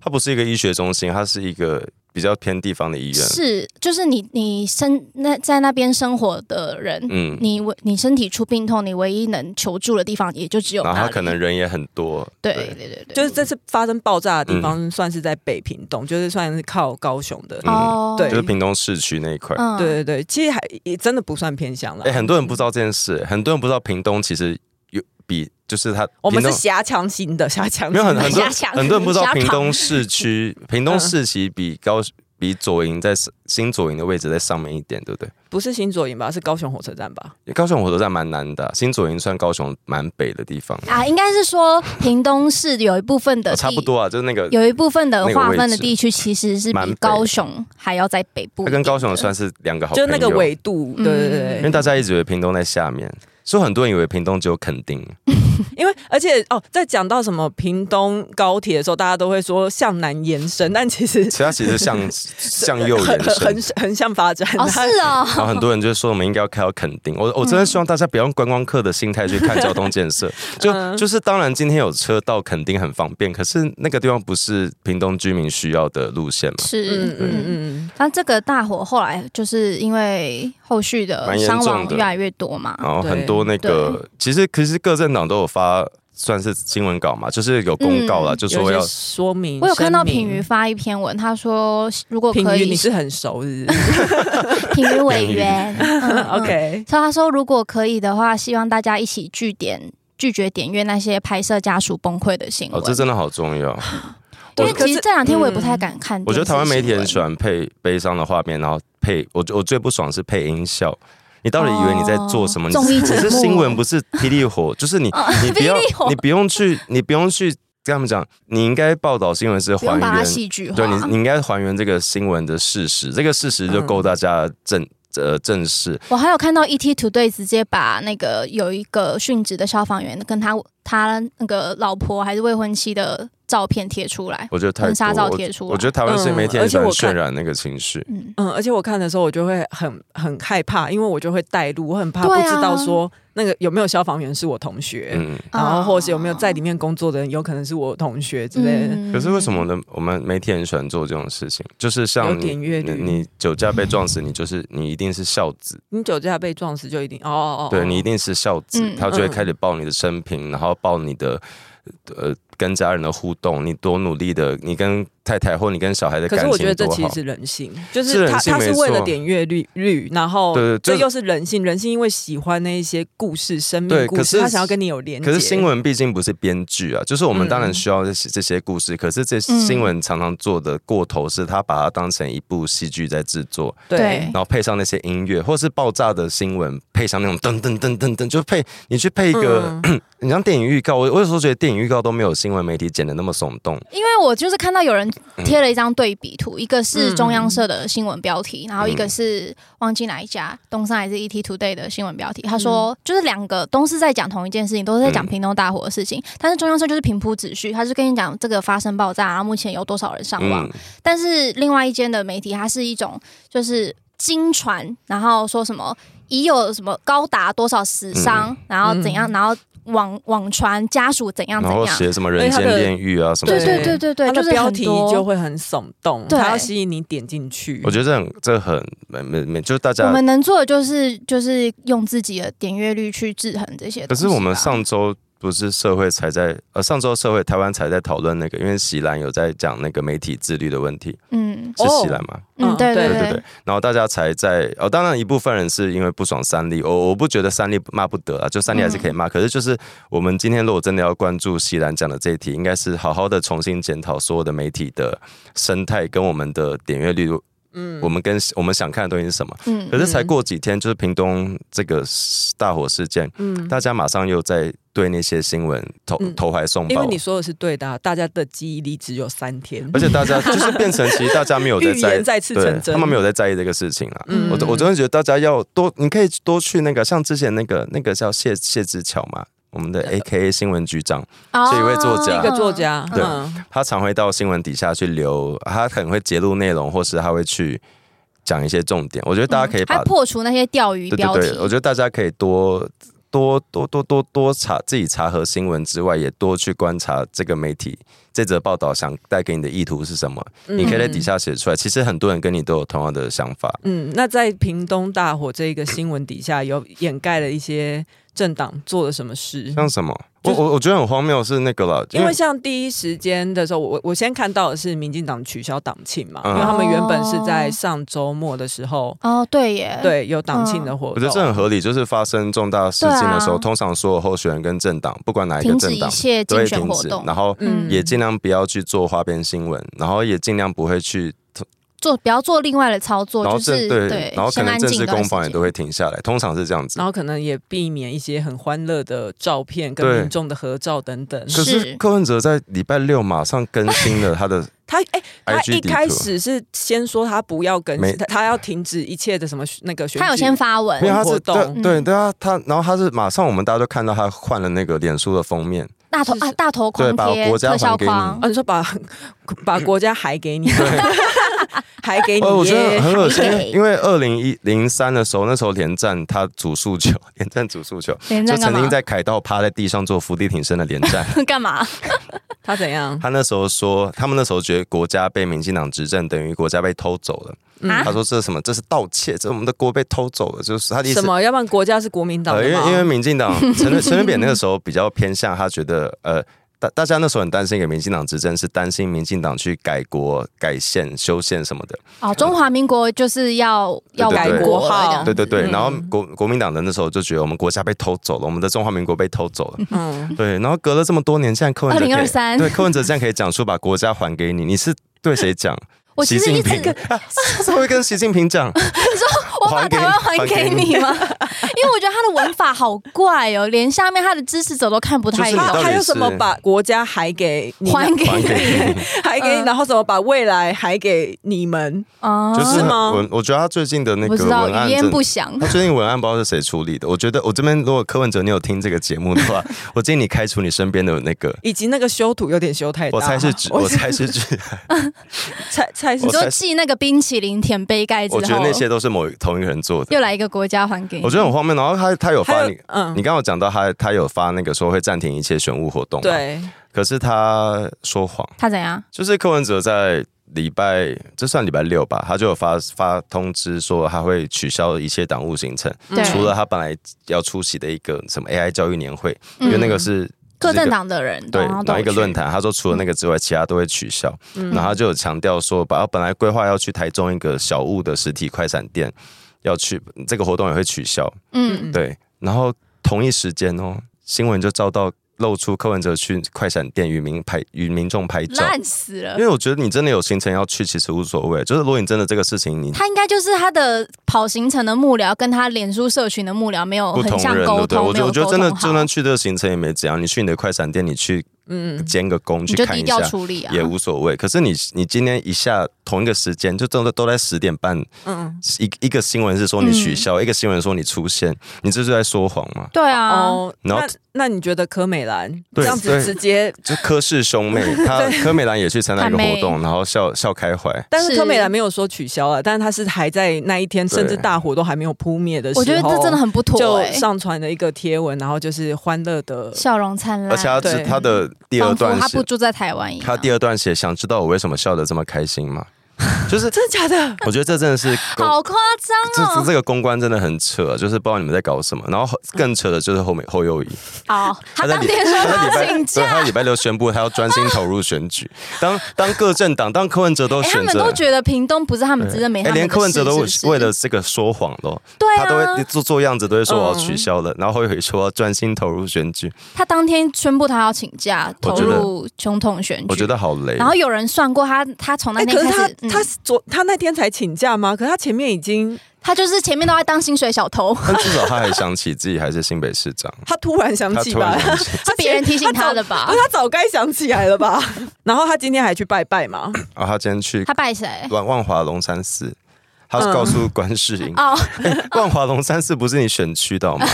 Speaker 2: 它不是一个医学中心，它是一个比较偏地方的医院。
Speaker 3: 是，就是你你生那在那边生活的人，
Speaker 2: 嗯，
Speaker 3: 你唯你身体出病痛，你唯一能求助的地方也就只有
Speaker 2: 然后
Speaker 3: 那
Speaker 2: 他
Speaker 3: 里。
Speaker 2: 可能人也很多，
Speaker 3: 对对对对，
Speaker 1: 就是这次发生爆炸的
Speaker 2: 嗯
Speaker 1: 地方算是在北屏东，就是算是靠高雄的。
Speaker 2: 嗯
Speaker 3: 哦，
Speaker 1: 对
Speaker 2: 就是屏东市区那一块。
Speaker 3: 嗯
Speaker 1: 对对对，其实还也真的不算偏乡了。
Speaker 2: 哎、很多人不知道这件事，很多人不知道屏东其实有比就是它
Speaker 1: 我们
Speaker 2: 屏
Speaker 1: 是
Speaker 2: 东
Speaker 1: 狭强型的，狭强型
Speaker 2: 没
Speaker 1: 的
Speaker 2: 有很很多
Speaker 3: 瞎想
Speaker 2: 很多人不知道
Speaker 3: 瞎想
Speaker 2: 屏东 市区，屏东市其实比高比左营在新左营的位置在上面一点，对不对？
Speaker 1: 不是新左营吧？是高雄火车站吧？
Speaker 2: 高雄火车站蛮南的啊、新左营算高雄蛮北的地方，
Speaker 3: 啊，应该是说屏东市有一部分的
Speaker 2: 哦
Speaker 3: 地
Speaker 2: 差不多啊，就是那个
Speaker 3: 有一部分的
Speaker 2: 那个
Speaker 3: 划
Speaker 2: 位
Speaker 3: 分的
Speaker 2: 置
Speaker 3: 地区其实是
Speaker 2: 蛮
Speaker 3: 比
Speaker 2: 北
Speaker 3: 高
Speaker 2: 的
Speaker 3: 雄还要在北部一点
Speaker 2: 它
Speaker 3: 的，
Speaker 2: 跟高雄算是两个好朋
Speaker 1: 就
Speaker 2: 友，
Speaker 1: 那个纬度，
Speaker 3: 嗯
Speaker 1: 对对对
Speaker 2: 因为大家一直以为屏东在下面，所以很多人以为屏东只有垦丁，
Speaker 1: 因为而且哦，在讲到什么屏东高铁的时候，大家都会说向南延伸，但其实
Speaker 2: 其他其 实向 向右
Speaker 1: 很
Speaker 2: 延
Speaker 1: 很
Speaker 2: 伸
Speaker 1: 很。横向发展。啊
Speaker 3: 哦，
Speaker 1: 它
Speaker 3: 是哦，
Speaker 2: 然后很多人就说我们应该要开到垦丁，我我真的希望大家不要用观光客的心态去看交通建 设，
Speaker 1: 嗯
Speaker 2: 就就是当然今天有车到垦丁很方便，可是那个地方不是屏东居民需要的路线嘛？
Speaker 3: 是
Speaker 1: 嗯嗯
Speaker 3: 嗯
Speaker 1: 嗯
Speaker 3: 嗯。
Speaker 1: 嗯，
Speaker 3: 那这个大火后来就是因为后续的
Speaker 2: 蛮严
Speaker 3: 伤
Speaker 2: 重
Speaker 3: 亡
Speaker 2: 的
Speaker 3: 越来越多嘛，
Speaker 2: 然后
Speaker 1: 对
Speaker 2: 很多那个其实其实各政党都有发算是新闻稿嘛，就是有公告啦，
Speaker 3: 嗯
Speaker 2: 就
Speaker 1: 有
Speaker 2: 说
Speaker 1: 一
Speaker 2: 要
Speaker 1: 些说明，
Speaker 3: 我有看到
Speaker 1: 声
Speaker 3: 品
Speaker 1: 明
Speaker 3: 瑜。发一篇文，他说如果可
Speaker 1: 品瑜，
Speaker 3: 以
Speaker 1: 你，是很熟是不 是
Speaker 3: 品瑜委
Speaker 2: 品瑜
Speaker 3: 员嗯嗯
Speaker 1: ？OK，
Speaker 3: 所以他说，如果可以的话，希望大家一起据点拒绝点阅那些拍摄家属崩溃的新闻。
Speaker 2: 哦，这真的好重要。
Speaker 3: 因为
Speaker 1: 我可
Speaker 3: 其
Speaker 1: 是
Speaker 3: 实这两天我也不太敢看、
Speaker 2: 我觉得台湾媒体很喜
Speaker 3: 爽，
Speaker 2: 欢配悲伤的画面，然后配我我最不爽是配音效。你到底以为你在做什么？
Speaker 3: 哦
Speaker 2: 你
Speaker 3: 综艺节
Speaker 2: 可
Speaker 3: 目
Speaker 2: 是新闻不是霹雳火，就是你
Speaker 3: 哦
Speaker 2: 你不 要
Speaker 3: 霹雳火
Speaker 2: 你不用去你不用去跟他们讲，你应该报道新闻是
Speaker 3: 不
Speaker 2: 还
Speaker 3: 用把它
Speaker 2: 原
Speaker 3: 戏剧化。
Speaker 2: 对你，你应该还原这个新闻的事实，这个事实
Speaker 3: 嗯
Speaker 2: 就够大家正、呃正视。
Speaker 3: 我还有看到 ET Today 直接把那个有一个殉职的消防员跟他他那个老婆还是未婚妻的照片贴出来，
Speaker 2: 我觉得太
Speaker 3: 婚纱
Speaker 2: 多
Speaker 3: 照
Speaker 2: 我
Speaker 3: 贴出来
Speaker 2: 我觉得台湾新媒体
Speaker 1: 嗯而
Speaker 2: 很喜
Speaker 1: 且
Speaker 2: 欢
Speaker 1: 我
Speaker 2: 渲
Speaker 1: 看
Speaker 2: 染那个情绪。
Speaker 3: 嗯，
Speaker 1: 嗯，而且我看的时候，我就会很很害怕，因为我就会带路，我很怕不
Speaker 3: 对啊
Speaker 1: 知道说那个有没有消防员是我同学，
Speaker 2: 嗯，
Speaker 1: 然
Speaker 3: 哦
Speaker 1: 后或是有没有在
Speaker 3: 里
Speaker 1: 里面工作的人，有可能是我同学之类
Speaker 3: 嗯
Speaker 1: 的。
Speaker 2: 可是为什么呢？我们媒体很喜欢做这种事情，就是像
Speaker 1: 有
Speaker 2: 你
Speaker 1: 点阅
Speaker 2: 你
Speaker 1: 率
Speaker 2: 你酒驾被撞死，你就是你一定是孝子，
Speaker 1: 你酒驾被撞死就一定哦哦哦，
Speaker 2: 对你一定是孝子，
Speaker 3: 嗯
Speaker 2: 他就会
Speaker 1: 嗯
Speaker 2: 开始报你的生平，然后报你的呃跟家人的互动，你多努力的，你跟太太或你跟小孩的
Speaker 1: 可是
Speaker 2: 感情
Speaker 1: 我觉得这
Speaker 2: 多
Speaker 1: 其
Speaker 2: 好
Speaker 1: 实是人性，就是是
Speaker 2: 人
Speaker 1: 他
Speaker 2: 性
Speaker 1: 他是
Speaker 2: 没
Speaker 1: 为了
Speaker 2: 错
Speaker 1: 点阅率率，然后
Speaker 2: 对对
Speaker 1: 这
Speaker 2: 这
Speaker 1: 又是人性，人性因为喜欢那一些故事、生
Speaker 2: 对
Speaker 1: 命
Speaker 2: 可
Speaker 1: 故
Speaker 2: 是
Speaker 1: 事，他想要跟你有连接。
Speaker 2: 可是新闻毕竟不是编剧啊，就是我们
Speaker 1: 嗯
Speaker 2: 当然需要这些这些故事，可是这
Speaker 3: 嗯
Speaker 2: 新闻常常做的过头，是他把它当成一部戏剧在制作，
Speaker 1: 对
Speaker 3: 对
Speaker 2: 然后配上那些音乐，或是爆炸的新闻，配上那种噔噔噔噔噔，就配你去配一
Speaker 1: 嗯
Speaker 2: 个，你像电影预告，我我有时候觉得电影预告都没有新闻媒体剪的那么耸动，
Speaker 3: 因为我就是看到有人
Speaker 2: 嗯
Speaker 3: 贴了一张对比图，一个是中央社的新闻标
Speaker 2: 嗯
Speaker 3: 题，然后一个是忘记哪一家东山还是 ET Today 的新闻标题。他说，就是两个都是在讲同一件事情，都是在讲
Speaker 2: 嗯
Speaker 3: 屏东大火的事情，但是中央社就是平铺直叙，他是跟你讲这个发生爆炸，然后目前有多少人伤亡，
Speaker 2: 嗯，
Speaker 3: 但是另外一间的媒体，它是一种就是经传，然后说什么已有什么高达多少死伤，
Speaker 2: 嗯
Speaker 3: 然后怎样，然后网网传家属怎样
Speaker 2: 然
Speaker 3: 怎
Speaker 2: 后
Speaker 3: 样。
Speaker 2: 写什么人间炼狱啊什么
Speaker 3: 对
Speaker 2: 什么
Speaker 3: 对对
Speaker 2: 的，
Speaker 3: 对对，
Speaker 1: 它
Speaker 3: 就
Speaker 1: 的
Speaker 3: 是
Speaker 1: 标
Speaker 3: 很
Speaker 1: 题
Speaker 3: 多
Speaker 1: 就会很耸动，
Speaker 3: 对
Speaker 1: 它要吸引你点进去。
Speaker 2: 我觉得这很这很没没没，就是大
Speaker 3: 我
Speaker 2: 家。
Speaker 3: 们能做的就是就是用自己的点阅率去制衡这些
Speaker 2: 可
Speaker 3: 东西啊吧。
Speaker 2: 是我们上周不是社会才在呃上周社会台湾才在讨论那个，因为喜兰有在讲那个媒体自律的问题，
Speaker 3: 嗯
Speaker 2: 是
Speaker 1: 哦
Speaker 2: 喜兰吗？
Speaker 3: 嗯
Speaker 1: 嗯
Speaker 3: 对
Speaker 1: 对
Speaker 2: 对对对
Speaker 3: 对，，
Speaker 2: 然后大家才在哦，当然一部分人是因为不爽三立，我、我不觉得三立骂不得啊，就三立还是可以
Speaker 1: 嗯
Speaker 2: 骂，可是就是我们今天如果真的要关注喜兰讲的这一题，应该是好好的重新检讨所有的媒体的生态跟我们的点阅率，
Speaker 1: 嗯
Speaker 2: 我们跟我们想看的东西是什么。
Speaker 3: 嗯
Speaker 2: 可是才过几天，就是屏东这个大火事件，
Speaker 1: 嗯，
Speaker 2: 大家马上又在对那些新闻投
Speaker 1: 嗯
Speaker 2: 投怀送
Speaker 1: 因为
Speaker 2: 抱，
Speaker 1: 你说的是对的啊，大家的记忆力只有三天
Speaker 2: 而，且大家就是变成其实大家没有在
Speaker 1: 预
Speaker 2: 在
Speaker 1: 言再次
Speaker 2: 对
Speaker 1: 成，
Speaker 2: 他
Speaker 1: 真。
Speaker 2: 们没有在在意这个事情啊啦。
Speaker 1: 嗯
Speaker 2: 我我真的觉得大家要多，你可以多去那个，像之前那个那个叫谢谢之巧嘛，我们的 A K A 新闻局长，是一位作家
Speaker 1: 嗯哦一个作，家，
Speaker 2: 对
Speaker 1: 嗯
Speaker 2: 他常会到新闻底下去留，他很会揭露内容，或是他会去讲一些重点。我觉得
Speaker 3: 嗯
Speaker 2: 大家可以把
Speaker 3: 它破除那些钓鱼
Speaker 2: 对
Speaker 3: 标题
Speaker 2: 对对，，我觉得大家可以多多多多多多查自己查核新闻之外，也多去观察这个媒体这则报道想带给你的意图是什么。
Speaker 1: 嗯
Speaker 2: 你可以在底下写出来。其实很多人跟你都有同样的想法。
Speaker 1: 嗯，那在屏东大火这一个新闻底下，有掩盖了一些政党做了什么事，
Speaker 2: 像什么？我
Speaker 1: 就是
Speaker 2: 我我觉得很荒谬是那个了，
Speaker 1: 嗯因为像第一时间的时候，我我我先看到的是民进党取消党庆嘛，
Speaker 2: 嗯
Speaker 1: 因为他们原本是在上周末的时候，
Speaker 3: 哦对耶，
Speaker 1: 对有党庆的活
Speaker 2: 我
Speaker 1: 动，
Speaker 2: 觉得这很合理，就是发生重大事情的时候，
Speaker 3: 对啊
Speaker 2: 通常所有候选人跟政党，不管哪一个
Speaker 3: 停止
Speaker 2: 政
Speaker 3: 一
Speaker 2: 党，
Speaker 3: 切
Speaker 2: 都
Speaker 3: 竞
Speaker 2: 会
Speaker 3: 选
Speaker 2: 停
Speaker 3: 活
Speaker 2: 止，
Speaker 3: 动
Speaker 2: 然，后
Speaker 1: 嗯
Speaker 2: 也尽量不要去做花边新闻，然后也尽量不会去，
Speaker 3: 做不要做另外的操作，
Speaker 2: 然后
Speaker 3: 就
Speaker 2: 政、
Speaker 3: 是
Speaker 2: 对，然后可
Speaker 3: 先
Speaker 2: 能
Speaker 3: 安
Speaker 2: 政
Speaker 3: 静
Speaker 2: 治
Speaker 3: 一段
Speaker 2: 攻
Speaker 3: 时
Speaker 2: 防也
Speaker 3: 间。
Speaker 2: 都会停下来，通常是这样子
Speaker 1: 然。后可能也避免一些很欢乐的照片
Speaker 2: 对
Speaker 1: 跟民众的合照等等。
Speaker 2: 可是
Speaker 3: 是
Speaker 2: 柯文哲在礼拜六马上更新了 他的
Speaker 1: 他哎、他
Speaker 2: IG
Speaker 1: 一
Speaker 2: 地图
Speaker 1: 开始是先说他不要更
Speaker 2: 没
Speaker 1: 新，他他要停止一切的什么那个选举，
Speaker 3: 他有先发文
Speaker 2: 没，有，他是
Speaker 1: 活动
Speaker 2: 对对对啊，他然后他是马上我们大家都看到他换了那个脸书的封面，
Speaker 3: 大头
Speaker 1: 是
Speaker 3: 啊大头
Speaker 2: 对
Speaker 3: 框
Speaker 2: 把
Speaker 3: 贴
Speaker 2: 国家
Speaker 3: 特效
Speaker 2: 还给你
Speaker 3: 框
Speaker 1: 啊，，你说把 把国家还给你， 还给哎你
Speaker 2: 哦，我觉得
Speaker 1: 耶，
Speaker 2: 很恶心
Speaker 3: 还，给
Speaker 2: 因为二零一零三的时候，那时候连战他主诉求， 连战主诉求，
Speaker 1: 哎
Speaker 3: 连
Speaker 2: 就
Speaker 3: 战干
Speaker 2: 曾经
Speaker 3: 嘛？
Speaker 2: 在凯道趴在地上做伏地挺身的连战，
Speaker 3: 干嘛？
Speaker 1: 他怎样？
Speaker 2: 他那时候说，他们那时候觉得国家被民进党执政等于国家被偷走了，
Speaker 3: 啊
Speaker 1: 嗯
Speaker 2: 他说这是什么？这是盗窃，这我们的国被偷走了，就是他的意思
Speaker 1: 什。么？要不然国家是国民党
Speaker 2: 呃，
Speaker 1: 的
Speaker 2: 因
Speaker 1: 吗
Speaker 2: 为因为民 进党陈水陈水扁那个时候比较偏向，他觉得呃。大大家那时候很担心给民进党执政，是担心民进党去改国、改宪、修宪什么的。
Speaker 3: 哦，中华民国就是要要
Speaker 2: 对对
Speaker 3: 亡
Speaker 2: 对
Speaker 3: 国了这
Speaker 1: 嗯
Speaker 3: 样
Speaker 2: 对
Speaker 3: 子
Speaker 2: 对对，
Speaker 1: 嗯
Speaker 2: 然后国国民党的那时候就觉得我们国家被偷走了，我们的中华民国被偷走了。
Speaker 1: 嗯，
Speaker 2: 对，然后隔了 这么多年，现在柯文哲可以
Speaker 3: 2023
Speaker 2: 对柯文哲这样可以讲出把国家还给你，你是对谁讲？
Speaker 3: 我其
Speaker 2: 习
Speaker 3: 实一
Speaker 2: 近
Speaker 3: 直
Speaker 2: 平，啊怎么会跟习近平讲？
Speaker 3: 我把
Speaker 2: 还给
Speaker 3: 台湾还
Speaker 2: 还
Speaker 3: 给
Speaker 2: 给
Speaker 3: 你 吗？因为我觉得他的文法好怪哦，连下面他的支持者都看不太
Speaker 2: 就是你
Speaker 3: 到
Speaker 2: 到。底
Speaker 1: 还有
Speaker 2: 是
Speaker 1: 什么把国家还给你们
Speaker 3: 还 给
Speaker 2: 还给你。
Speaker 1: 还给，
Speaker 3: 嗯
Speaker 1: 然后什么把未来还给你们？
Speaker 3: 啊
Speaker 2: 就是
Speaker 1: 哦是
Speaker 2: 很
Speaker 1: 吗
Speaker 2: 文，我觉得他最近的那
Speaker 3: 不
Speaker 2: 个
Speaker 3: 知道
Speaker 2: 文案
Speaker 3: 语言
Speaker 2: 真
Speaker 3: 不详
Speaker 2: 他最近文案不知道是谁处理的，我觉得我这边如果柯文哲你有听这个节目的话， 我建议你开除你身边的那 个，
Speaker 1: 以及那个修图有点修太大，
Speaker 2: 我猜是指，我猜是指，
Speaker 1: 猜猜是
Speaker 3: 你
Speaker 2: 我
Speaker 3: 说
Speaker 2: 才
Speaker 3: 寄那个冰淇淋舔杯盖之后，
Speaker 2: 我觉得那些都是某同一个人做的，
Speaker 3: 又来一个国家还给你，
Speaker 2: 我觉得很荒谬。然后他他有
Speaker 1: 还
Speaker 2: 发
Speaker 1: 有
Speaker 2: 你，
Speaker 1: 嗯
Speaker 2: 你，刚刚有讲到他他有发那个说会暂停一切选务活动，，
Speaker 1: 对，
Speaker 2: 可是他说谎，
Speaker 3: 他怎样？
Speaker 2: 就是柯文哲在礼拜这算礼拜六吧，他就有发发通知说他会取消一切党务行程。
Speaker 1: 嗯
Speaker 3: 对
Speaker 2: 除了他本来要出席的一个什么 AI 教育年会，
Speaker 3: 嗯
Speaker 2: 因为那个是
Speaker 3: 各
Speaker 2: 就
Speaker 3: 政
Speaker 2: 是一个
Speaker 3: 党的人哦
Speaker 2: 对，
Speaker 3: 然后
Speaker 2: 然
Speaker 3: 都有
Speaker 2: 后一个
Speaker 3: 去嗯
Speaker 2: 论坛，他说除了那个之外，其他都会取消。然后他就有强调说，把他本来规划要去台中一个小物的实体快闪店，要去这个活动也会取消。
Speaker 3: 嗯，
Speaker 2: 对，然后同一时间哦，新闻就照到露出柯文哲去快闪店与民拍与民众拍
Speaker 1: 嗯
Speaker 2: 照。
Speaker 3: 烂死了
Speaker 2: 啊因。为我觉得你真的有行程要去，其实无所谓。就是如果你真的这个事情，你
Speaker 3: 他应该就是他的跑行程的幕僚，跟他脸书社群的幕僚没有
Speaker 2: 不
Speaker 3: 哦很
Speaker 2: 同
Speaker 3: 像
Speaker 2: 人，对
Speaker 3: 沟
Speaker 2: 不对？
Speaker 3: 通，
Speaker 2: 我
Speaker 3: 没
Speaker 2: 觉得
Speaker 3: 有
Speaker 2: 我觉得
Speaker 3: 沟
Speaker 2: 真的
Speaker 3: 通
Speaker 2: 就
Speaker 3: 好
Speaker 2: 算去这个行程也没怎样，你去你的快闪店，你去
Speaker 1: 嗯，
Speaker 2: 兼个工
Speaker 3: 你
Speaker 2: 去
Speaker 3: 就
Speaker 2: 看
Speaker 3: 低
Speaker 2: 一下
Speaker 3: 调。处理啊。
Speaker 2: 也无所谓，可是你你今天一下同一个时间，就都都在十点半，
Speaker 1: 嗯，
Speaker 2: 一一个新闻是说你
Speaker 3: 嗯
Speaker 2: 取消，一个新闻说你出现，你这是在说谎吗？
Speaker 3: 对啊，
Speaker 1: 哦，
Speaker 2: 然后
Speaker 1: 那那你觉得柯美兰这
Speaker 2: 对
Speaker 1: 样子
Speaker 2: 对
Speaker 1: 直接？
Speaker 2: 就柯氏兄 妹，他柯美兰也去参加一个活
Speaker 3: 她
Speaker 2: 动，然后笑笑开怀，
Speaker 1: 但是
Speaker 3: 是
Speaker 1: 柯美兰没有说取消了，啊但是她是还在那一天，
Speaker 2: 对
Speaker 1: 甚至大火都还没有扑灭的时候，
Speaker 3: 我觉得这真的很不妥、
Speaker 1: 哦就
Speaker 3: 欸，
Speaker 1: 上传了一个贴文，然后就是欢乐的，
Speaker 3: 笑容灿烂，
Speaker 2: 而且他
Speaker 1: 对
Speaker 2: 是他的第二
Speaker 3: 仿佛
Speaker 2: 段
Speaker 3: 他
Speaker 2: 写
Speaker 3: 不，啊住在台湾一样。
Speaker 2: 他第二段写想知道我为什么笑得这么开心吗？ 就是
Speaker 1: 真的假的？
Speaker 2: 我觉得这真的是公
Speaker 3: 好哦夸
Speaker 2: 这
Speaker 3: 张
Speaker 2: 这
Speaker 3: 哦！
Speaker 2: 这个公关真的很扯，就是不知道你们在搞什么。然后后更扯的就是后面后右翼，
Speaker 3: 好，嗯他
Speaker 2: 在
Speaker 3: 当
Speaker 2: 礼
Speaker 3: 天说
Speaker 2: 他在礼
Speaker 3: 他
Speaker 2: 拜
Speaker 3: 请
Speaker 2: 对他
Speaker 3: 假，
Speaker 2: 礼拜六宣布他要专心投入选举。当当各 政党，当柯文哲都
Speaker 3: 哎，他
Speaker 2: 选
Speaker 3: 们
Speaker 2: 择，
Speaker 3: 都觉得屏东不是他们执政，没
Speaker 2: 哎
Speaker 3: 他们
Speaker 2: 连
Speaker 3: 的
Speaker 2: 柯文哲
Speaker 3: 事
Speaker 2: 都
Speaker 3: 是不是
Speaker 2: 为了这个说谎咯，
Speaker 3: 对
Speaker 2: 他都会
Speaker 3: 啊，
Speaker 2: 做做样子，都会说我要取
Speaker 1: 嗯
Speaker 2: 消了，然后会说要专心投入选举。
Speaker 3: 他当天宣布他要请假，
Speaker 2: 我
Speaker 3: 投
Speaker 2: 觉得
Speaker 3: 入总统选举。
Speaker 2: 我觉得好雷
Speaker 3: 然。后有人算过他，他从那
Speaker 1: 哎，
Speaker 3: 天
Speaker 1: 可是
Speaker 3: 开
Speaker 1: 她
Speaker 3: 始，嗯
Speaker 1: 她昨她那天才请假吗？可是她前面已经，
Speaker 3: 他就是前面都在当薪水小偷，
Speaker 2: 但至少他还想起自己还是新北市长，
Speaker 1: 她突然想
Speaker 2: 他
Speaker 1: 起
Speaker 2: 突
Speaker 1: 吧
Speaker 2: 然，想起
Speaker 3: 是别人提醒他的吧
Speaker 1: 啊，？她早该想起来了吧？ 然后她今天还去拜拜嘛，
Speaker 2: 啊，他今天去
Speaker 3: 他嗯拜谁？
Speaker 2: 万万华龙山寺，他是告诉关世英，
Speaker 3: 哦，
Speaker 2: 万华龙山寺不是你选区的 好吗？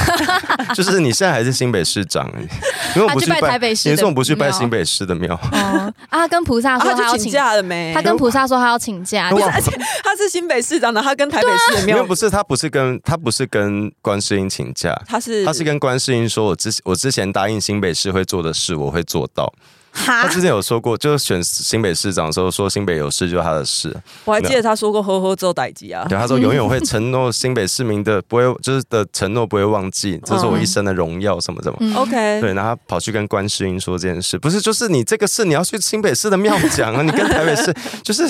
Speaker 2: 就是你现在还是新北市长、欸，你为什么不去
Speaker 3: 他去拜台北市的
Speaker 2: 你为什么不去拜
Speaker 3: 庙
Speaker 2: 新北市的 庙？
Speaker 3: 哦啊，他跟菩萨
Speaker 1: 啊
Speaker 3: 说
Speaker 1: 她
Speaker 3: 他要
Speaker 1: 就请
Speaker 3: 请，
Speaker 1: 假了没？
Speaker 3: 他跟菩萨说他要请假，
Speaker 2: 跟
Speaker 3: 啊就
Speaker 2: 我
Speaker 3: 是
Speaker 1: 她是新北市长的，她跟台北市的
Speaker 2: 因为
Speaker 1: 庙
Speaker 2: 啊不是他不是跟他不是跟关世英请假，
Speaker 1: 她是
Speaker 2: 他是跟关世英说，我之我之前答应新北市会做的事，我会做到。他
Speaker 3: 哈，
Speaker 2: 之前有说过，就是选新北市长的时候说新北有事就是他的事，
Speaker 3: 啊
Speaker 1: 我还记得她说过呵呵之后逮鸡啊，
Speaker 2: 啊对他说永远会承诺新北市民的不会就是的承诺不会忘记，这是我
Speaker 3: 啊
Speaker 2: 一生的荣耀什么什么。
Speaker 3: 嗯
Speaker 1: OK，
Speaker 2: 啊对，然后他跑去跟关世英说这件事，不是就是你这个事你要去新北市的庙讲啊，你跟台北市 就是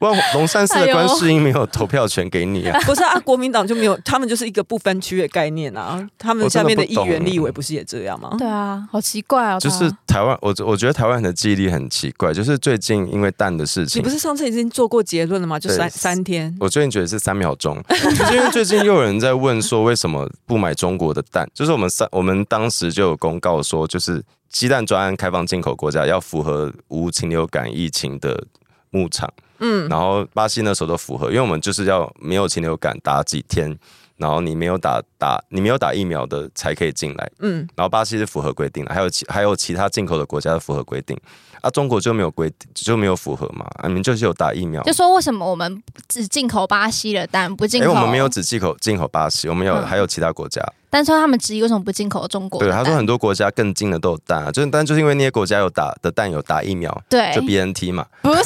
Speaker 2: 万龙山寺的关世英没有投票权给你 啊。
Speaker 1: 不是啊，国民党就没有，他们就是一个不分区的概念啊。他们下面的议
Speaker 2: 我真的
Speaker 1: 员、
Speaker 2: 不懂欸
Speaker 1: 立委不是也这样吗？
Speaker 3: 对啊，好奇怪哦，
Speaker 2: 就是
Speaker 3: 他
Speaker 2: 台湾，我我觉得台湾人的记忆力很奇怪，就是最近因为蛋的事
Speaker 1: 你
Speaker 2: 情
Speaker 1: 不，是上次已经做过结论了吗？就
Speaker 2: 对
Speaker 1: 三三天，
Speaker 2: 我最近觉得是三秒钟， 就是因为最近又有人在问说为什么不买中国的蛋，就是我们三我们当时就有公告说，就是鸡蛋专案开放进口国家要符合无禽流感疫情的牧场，嗯，然后巴西那时候都符合，因为我们就是要没有禽流感打几天。然后你没有打打你没有打疫苗的才可以进来，
Speaker 1: 嗯，
Speaker 2: 然后巴西是符合规定的，还有其还有其他进口的国家是符合规定，啊，中国就没有规定就没有符合嘛，啊，你们就是有打疫苗，
Speaker 3: 就说为什么我们只进口巴西的蛋不进
Speaker 2: 因为
Speaker 3: 口？
Speaker 2: 哎我们没有，只进口进口巴西，我们有、
Speaker 3: 嗯
Speaker 2: 还有其他国家。
Speaker 3: 但说他们质疑为什么不进口中国的
Speaker 2: 对，
Speaker 3: 蛋？
Speaker 2: 他说很多国家更近的都有蛋啊，就是但就是因为那些国家有打的蛋有打疫苗，
Speaker 3: 对
Speaker 2: 就 BNT 嘛，
Speaker 3: 不是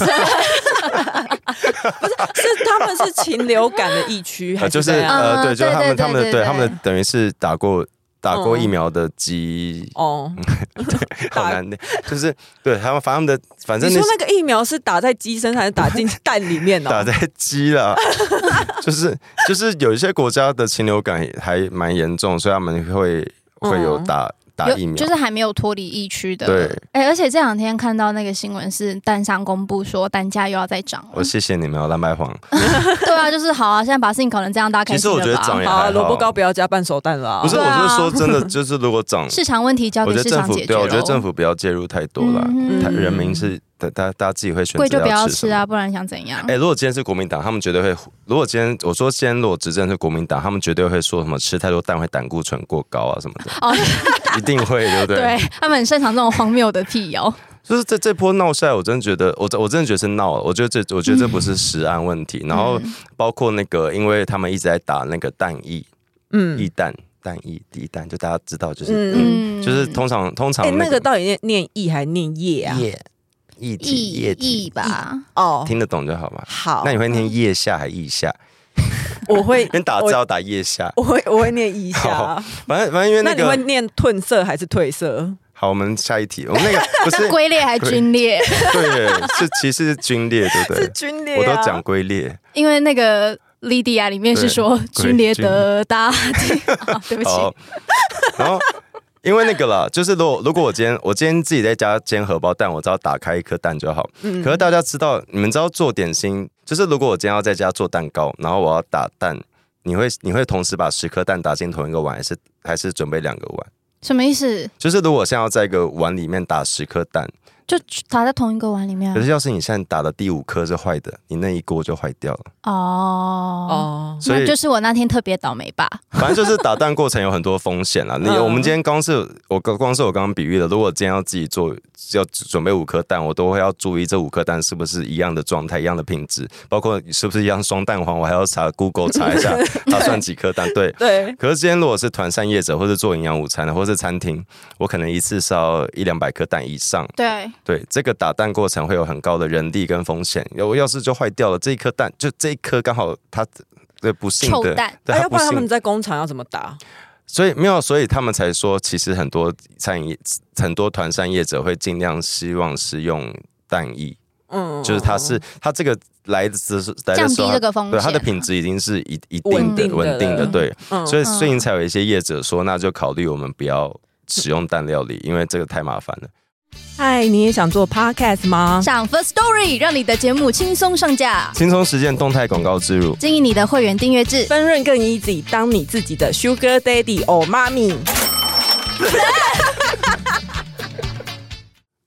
Speaker 1: 是他们是禽流感的疫 区，还
Speaker 2: 呃、就是是
Speaker 1: 怎样
Speaker 2: 呃
Speaker 3: 嗯
Speaker 2: 对，就是
Speaker 3: 对
Speaker 2: 他
Speaker 3: 对
Speaker 2: 们他们
Speaker 3: 对
Speaker 2: 的
Speaker 3: 对
Speaker 2: 对他们的等于是打过打过
Speaker 1: 嗯
Speaker 2: 疫苗的 鸡，
Speaker 1: 哦，
Speaker 2: 好难的，就是对他们反正他们的反
Speaker 1: 你
Speaker 2: 正
Speaker 1: 说
Speaker 2: 那些
Speaker 1: 那个疫苗是打在鸡身上还是打进蛋里面哦呢？
Speaker 2: 打在鸡了， 就是就是有一些国家的禽流感还蛮严重，所以他们会会有
Speaker 1: 嗯
Speaker 2: 打。 打疫
Speaker 3: 有
Speaker 2: 苗，
Speaker 3: 就是还没有脱离疫区的。
Speaker 2: 对，
Speaker 3: 哎、而且这两天看到那个新闻是蛋商公布说单价又要再涨
Speaker 2: 我
Speaker 3: 了。
Speaker 2: 谢谢你们，我哦蓝白黄。
Speaker 3: 对啊，就是好啊，现在把事情搞成这样，大家开心
Speaker 2: 其实我觉
Speaker 3: 了
Speaker 2: 得
Speaker 3: 吧？
Speaker 2: 涨也
Speaker 1: 好
Speaker 2: 还
Speaker 1: 啊，
Speaker 2: 好
Speaker 1: 萝卜糕不要加半熟蛋啦。
Speaker 2: 不是，
Speaker 3: 对啊
Speaker 2: 我是说真的，就是如果涨，
Speaker 3: 市场问题交
Speaker 2: 我
Speaker 3: 给
Speaker 2: 觉得
Speaker 3: 市
Speaker 2: 政
Speaker 3: 场
Speaker 2: 府
Speaker 3: 解决
Speaker 2: 对，啊
Speaker 3: 咯。
Speaker 2: 我觉得政府不要介入太多了，
Speaker 3: 嗯
Speaker 2: 台
Speaker 1: 嗯
Speaker 2: 人民是大大大家自己会选
Speaker 3: 贵就
Speaker 2: 择
Speaker 3: 不要
Speaker 2: 吃
Speaker 3: 吃
Speaker 2: 什么
Speaker 3: 啊，。不然想怎样？
Speaker 2: 哎、如果今天是国民党，他们绝对会；如果今天我说今天如果执政是国民党，他们绝对会说什么吃太多蛋会胆固醇过高啊什么的，
Speaker 3: 哦，
Speaker 2: 一定会，对不 对？
Speaker 3: 对他们很擅长这种荒谬的辟谣。
Speaker 2: 就是这这波闹下来，我真的觉得，我我真的觉得是闹了。我觉得这，我觉得这不是食安问题。然后包括那个，因为他们一直在打那个蛋液，
Speaker 1: 嗯
Speaker 2: 液蛋蛋液地蛋，就大家知道，就是、
Speaker 1: 嗯嗯，
Speaker 2: 就是通常通常
Speaker 1: 哎，那
Speaker 2: 个
Speaker 1: 个到底念念意还念叶啊？
Speaker 2: 液液体
Speaker 3: 意
Speaker 2: 液体，
Speaker 3: 义吧，
Speaker 1: 哦，
Speaker 2: 听得懂就好嘛。
Speaker 1: 好
Speaker 2: 那，你会念腋下还 腋下？
Speaker 1: 我会
Speaker 2: 因为打字
Speaker 1: 我
Speaker 2: 要打腋下，
Speaker 1: 我会我会念一下
Speaker 2: 好。反正反正因为
Speaker 1: 那
Speaker 2: 那
Speaker 1: 你会
Speaker 2: 个
Speaker 1: 念褪色还是褪色？
Speaker 2: 好，我们下一题，我们 那个不
Speaker 3: 那
Speaker 2: 是
Speaker 3: 龟裂还 军裂，
Speaker 2: 对是其实是军裂，对不
Speaker 1: 是
Speaker 2: 对？
Speaker 1: 军裂
Speaker 2: 我
Speaker 1: 啊
Speaker 2: 都讲 龟裂，
Speaker 3: 因为那个莉迪亚里面是说
Speaker 2: 对
Speaker 3: 军裂的大地， 啊对不起，
Speaker 2: 好，哦然后因为那个啦，就是如果如果我今天我今天自己在家煎荷包蛋，我只要打开一颗蛋就好。
Speaker 1: 嗯
Speaker 2: 可是大家知道，你们知道做点心，就是如果我今天要在家做蛋糕，然后我要打蛋，你会你会同时把十颗蛋打进同一个碗，还是还是准备两个碗？
Speaker 3: 什么意思？
Speaker 2: 就是如果现在要在一个碗里面打十颗蛋，
Speaker 3: 就打在同一个碗里面啊
Speaker 2: 可是要是你现在打的第五颗是坏的，你那一锅就坏掉了。
Speaker 3: 哦。
Speaker 1: 哦，
Speaker 2: 所以
Speaker 3: 那就是我那天特别倒霉吧，
Speaker 2: 反正就是打蛋过程有很多风险啦。你
Speaker 1: 嗯
Speaker 2: 我们今天光是我刚光是我刚刚比喻的，如果今天要自己做，要准备五颗蛋，我都会要注意这五颗蛋是不是一样的状态、一样的品质，包括是不是一样双蛋黄，我还要查 Google 查一下它算几颗蛋。对。
Speaker 1: 对，
Speaker 2: 可是今天如果是团膳业者，或是做营养午餐的，或是餐厅，我可能一次是要一两百颗蛋以上。
Speaker 3: 对，
Speaker 2: 对，这个打蛋过程会有很高的人力跟风险，要要是就坏掉了，这一颗蛋就这一颗刚好它对不幸
Speaker 3: 臭
Speaker 2: 的，
Speaker 3: 蛋
Speaker 2: 对
Speaker 1: 那
Speaker 2: 它
Speaker 1: 哎要不
Speaker 2: 不
Speaker 1: 然他
Speaker 2: 幸
Speaker 1: 们在工厂要怎么打？
Speaker 2: 所以没有，所以他们才说，其实很多餐饮很多团膳业者会尽量希望是用蛋液，
Speaker 1: 嗯，
Speaker 2: 就是它是它这个来的时候来
Speaker 3: 降
Speaker 2: 的时
Speaker 3: 低
Speaker 2: 候
Speaker 3: 这，个风
Speaker 2: 它
Speaker 3: 险，
Speaker 2: 对它的品质已经是一一定
Speaker 1: 稳定
Speaker 2: 的
Speaker 1: 的
Speaker 2: 稳定的，
Speaker 1: 了
Speaker 2: 对，
Speaker 1: 嗯
Speaker 2: 所以所以才有一些业者说，那就考虑我们不要使用蛋料理，因为这个太麻烦了。
Speaker 1: 嗨，你也想做 podcast 吗？
Speaker 3: 上 First Story 让你的节目轻松上架，
Speaker 2: 轻松实践动态广告植入，
Speaker 3: 经营你的会员订阅 制。
Speaker 1: 分润更 easy，当你自己的 sugar daddy 或妈咪。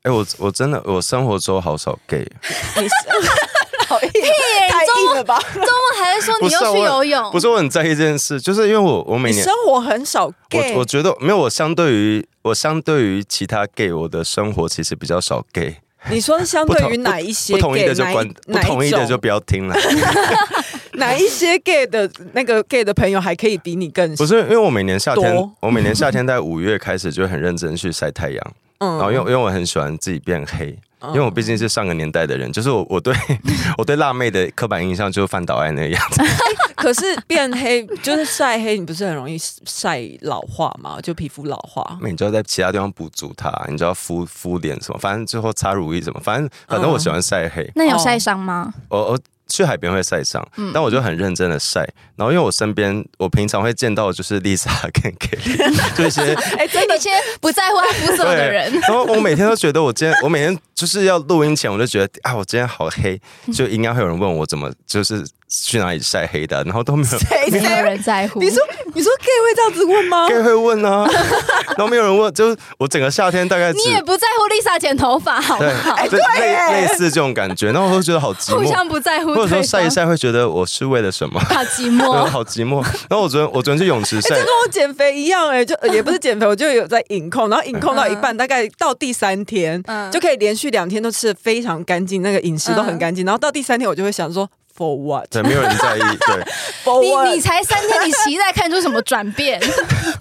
Speaker 2: 哎、我我真的我生活中好少 gay，啊
Speaker 1: 你是好硬，太硬了吧？
Speaker 3: 周末还在说你
Speaker 2: 不是啊
Speaker 3: 又去
Speaker 2: 我
Speaker 3: 游泳，
Speaker 2: 不是我很在意这件事，就是因为我我每
Speaker 1: 你
Speaker 2: 年
Speaker 1: 生活很少 gay，
Speaker 2: 我我觉得没有，我相对于我相对于其他 gay，我的生活其实比较少 gay。
Speaker 1: 你说相
Speaker 2: 不
Speaker 1: 对
Speaker 2: 同
Speaker 1: 于哪一些
Speaker 2: 不
Speaker 1: gay，
Speaker 2: 同意的就关，不
Speaker 1: 哪一
Speaker 2: 同意的就不要听了。
Speaker 1: 哪一些 gay 的那个 gay 的朋友还可以比你更
Speaker 2: 不是因为我每年夏天
Speaker 1: 多，
Speaker 2: 我每年夏天在五月开始就很认真去晒太阳，
Speaker 1: 嗯
Speaker 2: 然后因为因为我很喜欢自己变黑。因为我毕竟是上个年代的人，就是我我对 我对辣妹的刻板印象就是范岛爱那个样子，
Speaker 1: 可是变黑 就是晒黑，你不是很容易晒老化吗？就皮肤老 化。
Speaker 2: 你就要在其他地方补足它，你就要敷敷脸什么，反正最后擦乳液什么，反正反正我喜欢晒黑，
Speaker 3: 那有晒伤吗？
Speaker 2: 我我去海边会晒伤，
Speaker 3: 嗯
Speaker 2: 但我就很认真的晒。然后因为我身边我平常会见到的就是 Lisa 跟 Kelly，就一些。
Speaker 1: 哎、真的
Speaker 3: 一些不在乎他肤色的 人，
Speaker 2: 然后我每天都觉得我今天，我每天就是要录音前，我就觉得啊，我今天好黑，
Speaker 3: 嗯
Speaker 2: 就应该会有人问我怎么就是去哪里晒黑的，啊然后都没有。
Speaker 1: 谁
Speaker 3: 没有
Speaker 1: 谁？
Speaker 3: 人在乎。
Speaker 1: 你说你说 gay 会这样子问吗？
Speaker 2: 该会问啊， 然后没有人问，就是我整个夏天大概只
Speaker 3: 你也不在乎 Lisa 剪头发，好不
Speaker 2: 对
Speaker 3: 好？，
Speaker 2: 就类类似这种感觉，然后我都觉得好寂
Speaker 3: 互
Speaker 2: 寞，
Speaker 3: 相不在乎
Speaker 2: 或
Speaker 3: 对
Speaker 2: 者说
Speaker 3: 方，
Speaker 2: 晒一晒会觉得我是为了什么，
Speaker 3: 好寂
Speaker 2: 对，
Speaker 3: 寞。
Speaker 2: 好寂寞。然后我昨天我昨天去泳池晒，
Speaker 1: 跟哎我减肥一样哎、就呃也不是减肥，我就有在饮控，
Speaker 2: 嗯
Speaker 1: 然后饮控到一半，大概到第三天，
Speaker 3: 嗯
Speaker 1: 就可以连续两天都吃的非常干净，那个饮食都很
Speaker 3: 嗯
Speaker 1: 干净，然后到第三天我就会想说，for what？for
Speaker 2: 对，没有人在意。对，
Speaker 1: what？
Speaker 3: 你你才三天，你期待看出什么转 变？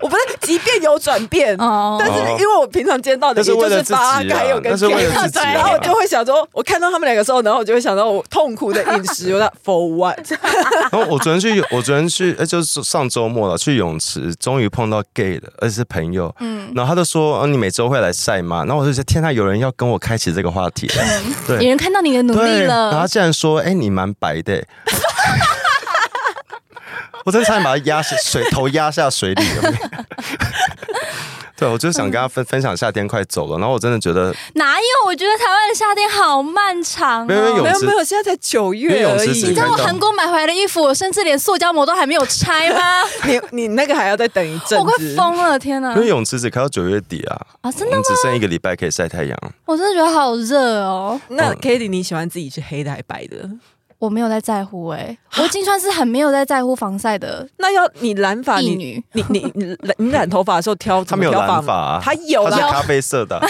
Speaker 1: 我不是，即便有转变。
Speaker 3: 哦
Speaker 1: 但，是因为我平常见到的
Speaker 2: 那
Speaker 1: 也
Speaker 2: 是为
Speaker 1: 就
Speaker 2: 了
Speaker 1: 是
Speaker 2: 自己
Speaker 1: 发
Speaker 2: 啊，
Speaker 1: 还有跟
Speaker 2: 那是为了自己啊
Speaker 1: gay 然后我就会想说，我看到他们两个时候，然后我就会想到我痛苦的饮食，我在 for what？
Speaker 2: 然后我昨天去，我昨天去，呃，就是上周末了，去泳池，终于碰到 gay 的，而且是朋友。嗯，然后他就说，哦，你每周会来晒吗？然后我就觉得，天啊呐，有人要跟我开启这个话题了。
Speaker 3: 有
Speaker 2: 对，
Speaker 3: 人看到你的努力
Speaker 2: 对，然后他
Speaker 3: 了，
Speaker 2: 竟然说，哎，你蛮白 的。我真的差点把他压下水，头压下水里。对，我就是想
Speaker 3: 嗯
Speaker 2: 跟他分分享夏天快走了，然后我真的觉得，
Speaker 3: 哪有？我觉得台湾的夏天好漫长、哦。
Speaker 2: 没有没 有
Speaker 1: 没有
Speaker 2: 泳池
Speaker 1: 没有，现在才九月
Speaker 2: 因为泳
Speaker 1: 而
Speaker 2: 池只
Speaker 3: 你
Speaker 1: 已
Speaker 3: 知。道我
Speaker 2: 看到
Speaker 3: 韩国买回来的衣服，我甚至连塑胶膜都还没有拆 吗？
Speaker 1: 你你那个还要再等一阵
Speaker 3: 我快
Speaker 1: 子。
Speaker 3: 疯了！天哪
Speaker 2: 因！为泳池只开到九月底啊，
Speaker 3: 嗯啊，真
Speaker 2: 我
Speaker 3: 的，
Speaker 2: 们只剩一个礼拜可以晒太阳。
Speaker 3: 我真的觉得好热哦。
Speaker 1: 那
Speaker 2: 嗯
Speaker 1: Kitty，你喜欢自己是黑的还白的？
Speaker 3: 我没有在在乎哎、我已经算是很没有在在乎防晒的
Speaker 1: 那要你染发，
Speaker 3: 一
Speaker 1: 你
Speaker 3: 女。
Speaker 1: 你你你染你染头发的时候挑
Speaker 2: 他
Speaker 1: 怎么
Speaker 2: 没有
Speaker 1: 挑发
Speaker 2: 蓝
Speaker 1: 吗？
Speaker 2: 发，啊
Speaker 1: 他有
Speaker 2: 他是
Speaker 1: 啦，
Speaker 2: 咖啡色 的啊，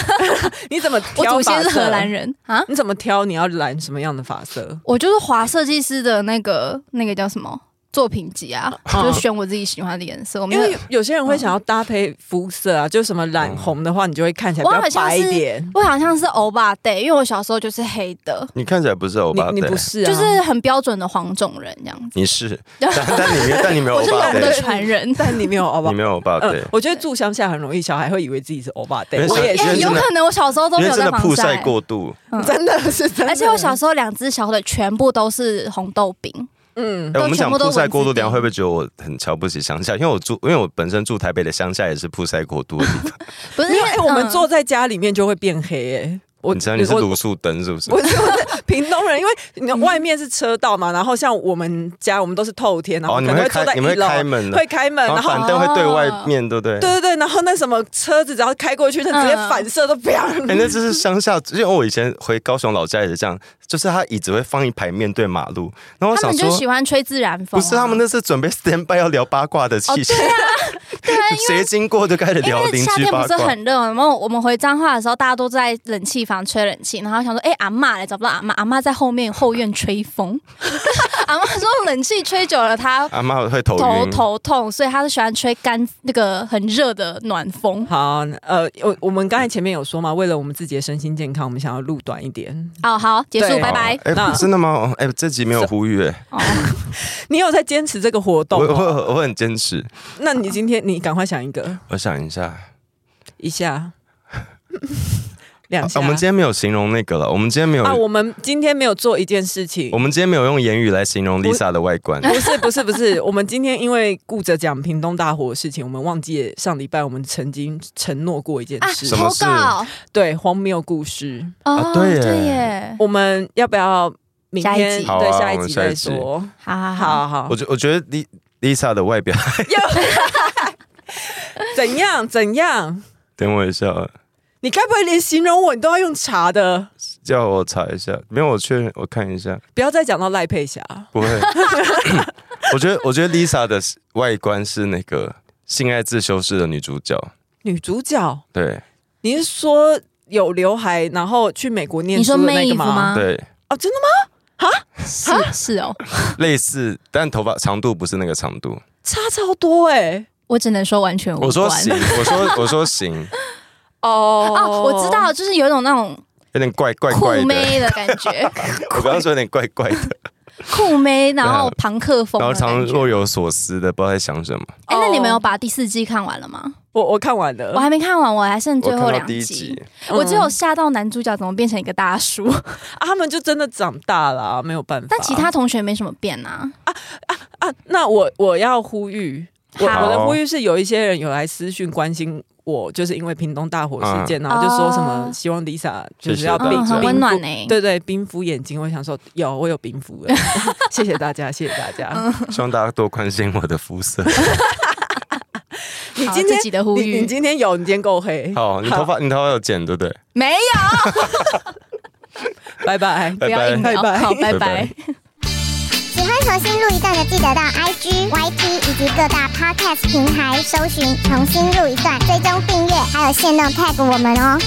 Speaker 1: 你怎么
Speaker 3: 我
Speaker 1: 挑？
Speaker 3: 祖先是荷兰，人啊，
Speaker 1: 你怎么挑？你要染什么样的发色？
Speaker 3: 我就是划设计师的那个那个叫什么作品集啊，就是选我自己喜欢的嗯颜色。我没
Speaker 1: 因
Speaker 3: 有
Speaker 1: 为，有有些人会想要搭配肤色啊，就什么
Speaker 2: 嗯
Speaker 1: 染红的话，你就会看起来
Speaker 3: 我
Speaker 1: 比
Speaker 3: 好
Speaker 1: 较
Speaker 3: 像
Speaker 1: 白
Speaker 3: 是
Speaker 1: 一点。
Speaker 3: 我好像是欧巴 day，因为我小时候就是黑的，
Speaker 2: 你看起来不是欧
Speaker 1: 你
Speaker 2: 巴
Speaker 1: 你
Speaker 2: 对
Speaker 1: 不，是啊？
Speaker 3: 就是很标准的黄种人这样子。
Speaker 2: 你是，但但你没有但你没有
Speaker 3: 我
Speaker 2: 欧
Speaker 3: 是
Speaker 2: 巴
Speaker 3: 龙的
Speaker 2: 对，
Speaker 3: 传 人，
Speaker 1: 但你没有欧巴
Speaker 2: 你，没有欧巴对
Speaker 1: 嗯，。我觉得住乡下很容易，小孩会以为自己是欧巴。对，
Speaker 2: 因为
Speaker 1: 我也
Speaker 2: 小
Speaker 3: 哎、
Speaker 2: 因为
Speaker 1: 是
Speaker 3: 有
Speaker 2: 真的
Speaker 3: 可能我小时候都
Speaker 2: 因
Speaker 3: 没
Speaker 2: 为
Speaker 3: 有在
Speaker 2: 真的
Speaker 3: 防
Speaker 2: 曝晒
Speaker 3: 晒，
Speaker 2: 过度，
Speaker 3: 嗯
Speaker 1: 真的是真的，
Speaker 3: 而且我小时候两只小腿全部都是红豆饼，
Speaker 1: 嗯
Speaker 2: 哎，我们
Speaker 3: 全
Speaker 2: 讲
Speaker 3: 部都
Speaker 2: 曝晒
Speaker 3: 文
Speaker 2: 过
Speaker 3: 字
Speaker 2: 度，等一下
Speaker 3: 定
Speaker 2: 会不会觉得我很瞧不起乡下？因为我住，因为我本身住台北的乡下也是曝晒过度的地 方。
Speaker 3: 不是
Speaker 1: 没
Speaker 3: 因
Speaker 1: 有
Speaker 3: 为
Speaker 1: 哎，我们
Speaker 3: 嗯
Speaker 1: 坐在家里面就会变黑哎。我
Speaker 2: 你知道你是
Speaker 1: 我
Speaker 2: 卤素灯是不是？
Speaker 1: 我是我是屏东人，因为你的外面是车道嘛，然后像我们家，我们都是透天，然后
Speaker 2: 哦，你
Speaker 1: 可
Speaker 2: 们
Speaker 1: 能
Speaker 2: 会
Speaker 1: 坐
Speaker 2: 开
Speaker 1: 在，一
Speaker 2: 你们会
Speaker 1: 楼，
Speaker 2: 开门的，
Speaker 1: 会开门，然后哦
Speaker 2: 然后板凳
Speaker 3: 哦
Speaker 2: 会对外面，对不对？
Speaker 1: 对对对，然后那什么车子只要开过去，它直接反射都啪。嗯
Speaker 2: 哎、那这是乡下，因为我以前回高雄老家也是这样，就是他椅子会放一排面对马路，然后我
Speaker 3: 他
Speaker 2: 想
Speaker 3: 们就喜
Speaker 2: 说，
Speaker 3: 欢吹自然风啊、哦
Speaker 2: 不是他们那是准备 stand by 要聊八卦的气息，
Speaker 3: 对啊，
Speaker 2: 谁经过就开始
Speaker 3: 因
Speaker 2: 聊
Speaker 3: 为
Speaker 2: 邻
Speaker 3: 夏
Speaker 2: 居
Speaker 3: 天
Speaker 2: 八
Speaker 3: 不是
Speaker 2: 卦。
Speaker 3: 很热，然后我们回彰化的时候，大家都在冷气房吹冷气，然后想说，哎、阿嬷嘞，找不到阿嬷，阿嬷在后面后院吹风。 阿嬷说冷气吹久了，她
Speaker 2: 阿妈会头
Speaker 3: 头
Speaker 2: 晕，哦
Speaker 3: 头痛，所以她是喜欢吹干那个很热的暖风。
Speaker 1: 好，呃，我我们刚才前面有说嘛，为了我们自己的身心健康，我们想要录短一点。
Speaker 3: 哦，好，结束，
Speaker 1: 对
Speaker 3: 拜拜
Speaker 2: 哦。哎、
Speaker 1: 那
Speaker 2: 真的吗？哦哎、这集没有呼吁、哎，
Speaker 3: 哦，
Speaker 1: 你有在坚持这个活
Speaker 2: 我
Speaker 1: 动、
Speaker 2: 我
Speaker 1: 哦？
Speaker 2: 我很坚持。
Speaker 1: 那你今天你赶快想一个，
Speaker 2: 我想一下，
Speaker 1: 一下， 两下。
Speaker 2: 啊我们今天没有形容那个了，我们今天没有，
Speaker 1: 啊，我们今天没有做一件事情
Speaker 2: 我。们今天没有用言语来形容
Speaker 1: 我
Speaker 2: Lisa 的外 观。
Speaker 1: 不是不是不是，我们今天因为顾着讲屏东大火的事情，我们忘记了上礼拜我们曾经承诺过一件
Speaker 3: 啊
Speaker 1: 事，
Speaker 2: 什，么
Speaker 3: 投
Speaker 2: 事
Speaker 3: 稿
Speaker 1: 对荒谬故事，
Speaker 3: 哦，
Speaker 2: 对耶
Speaker 3: 对耶，
Speaker 1: 我们要不要明
Speaker 3: 下一
Speaker 1: 天
Speaker 3: 集
Speaker 2: 好啊
Speaker 1: 对下
Speaker 2: 我
Speaker 1: 一
Speaker 2: 们
Speaker 1: 集
Speaker 2: 下一
Speaker 1: 再
Speaker 2: 集
Speaker 1: 说？
Speaker 3: 好好好，
Speaker 1: 好好
Speaker 2: 我，觉我觉得 Li- Lisa 的外表，
Speaker 1: 怎样怎样？
Speaker 2: 等我一下啊。
Speaker 1: 你该不会连形容我你都要用查的？
Speaker 2: 叫我查一下，没有，我确认，我看一下，
Speaker 1: 不要再讲到赖佩霞，
Speaker 2: 不会。 我觉得，我觉得 Lisa 的外观是那个性爱自修室的女主角，
Speaker 1: 女主角，
Speaker 2: 对
Speaker 1: 你是说有刘海，然后去美国念
Speaker 3: 你
Speaker 1: 书
Speaker 3: 说
Speaker 1: 的
Speaker 3: 妹
Speaker 1: 那
Speaker 3: 衣
Speaker 1: 个
Speaker 3: 服吗？，
Speaker 2: 对，
Speaker 1: 哦，真的吗？
Speaker 3: 是是哦，
Speaker 2: 类似，但头发长度不是那个长度。
Speaker 1: 差超多哎、
Speaker 3: 我只能说完全无关。
Speaker 2: 我说行，我说我 说行，
Speaker 1: 哦
Speaker 3: 哦，我知，道，就是有一种那种
Speaker 2: 有点怪怪
Speaker 3: 酷
Speaker 2: 怪的。
Speaker 3: 妹的感 觉，
Speaker 2: 我刚刚说有点怪 怪的，
Speaker 3: 酷妹，然后
Speaker 2: 对
Speaker 3: 朋克风
Speaker 2: 然
Speaker 3: 的
Speaker 2: 后
Speaker 3: 感觉。
Speaker 2: 常常若有所思的，不知道在想什么。
Speaker 3: 哎、那你们
Speaker 1: 哦
Speaker 3: 有把第四季看完了吗？
Speaker 1: 我我看完了，
Speaker 3: 我还没看完，我还剩
Speaker 2: 呃我
Speaker 3: 最
Speaker 2: 看
Speaker 3: 后
Speaker 2: 到
Speaker 3: 两
Speaker 2: 第一
Speaker 3: 集
Speaker 2: 集。，
Speaker 1: 嗯
Speaker 3: 我只有吓到男主角怎么变成一个大叔，
Speaker 1: 啊他们就真的长大了啊、没有办法。
Speaker 3: 但其他同学没什么变啊。
Speaker 1: 啊，那我我要呼吁，我
Speaker 3: 好
Speaker 1: 我的呼吁是有一些人有来私讯关心我，就是因为屏东大火事件，然后就说什么
Speaker 3: 哦
Speaker 1: 希望 Lisa 就
Speaker 2: 谢
Speaker 1: 是
Speaker 2: 谢
Speaker 1: 要
Speaker 2: 大
Speaker 1: 冰
Speaker 3: 嗯，
Speaker 2: 家
Speaker 1: 冰
Speaker 3: 很
Speaker 1: 敷
Speaker 3: 温暖呢、欸。
Speaker 1: 对对，冰敷眼睛，我想说有，我有冰敷 了，谢谢大家，谢谢大
Speaker 3: 嗯
Speaker 1: 家。
Speaker 2: 希望大家多关心我的肤色。
Speaker 1: 你
Speaker 3: 好
Speaker 1: 今天
Speaker 3: 自己的呼
Speaker 1: 你
Speaker 3: 吁
Speaker 1: 你今天有，你今天够黑，
Speaker 2: 好，你头发你头发有剪对不对？
Speaker 3: 没有，
Speaker 1: 拜拜。
Speaker 3: 不要硬
Speaker 2: 拜
Speaker 3: 聊，
Speaker 1: 拜拜
Speaker 3: 好，拜
Speaker 2: 拜
Speaker 3: 拜
Speaker 2: 拜。
Speaker 4: 喜欢重新录一段的，记得到 IG、YT 以及各大 Podcast 平台搜寻“重新录一段”，追踪订阅，还有限定 tag 我们哦。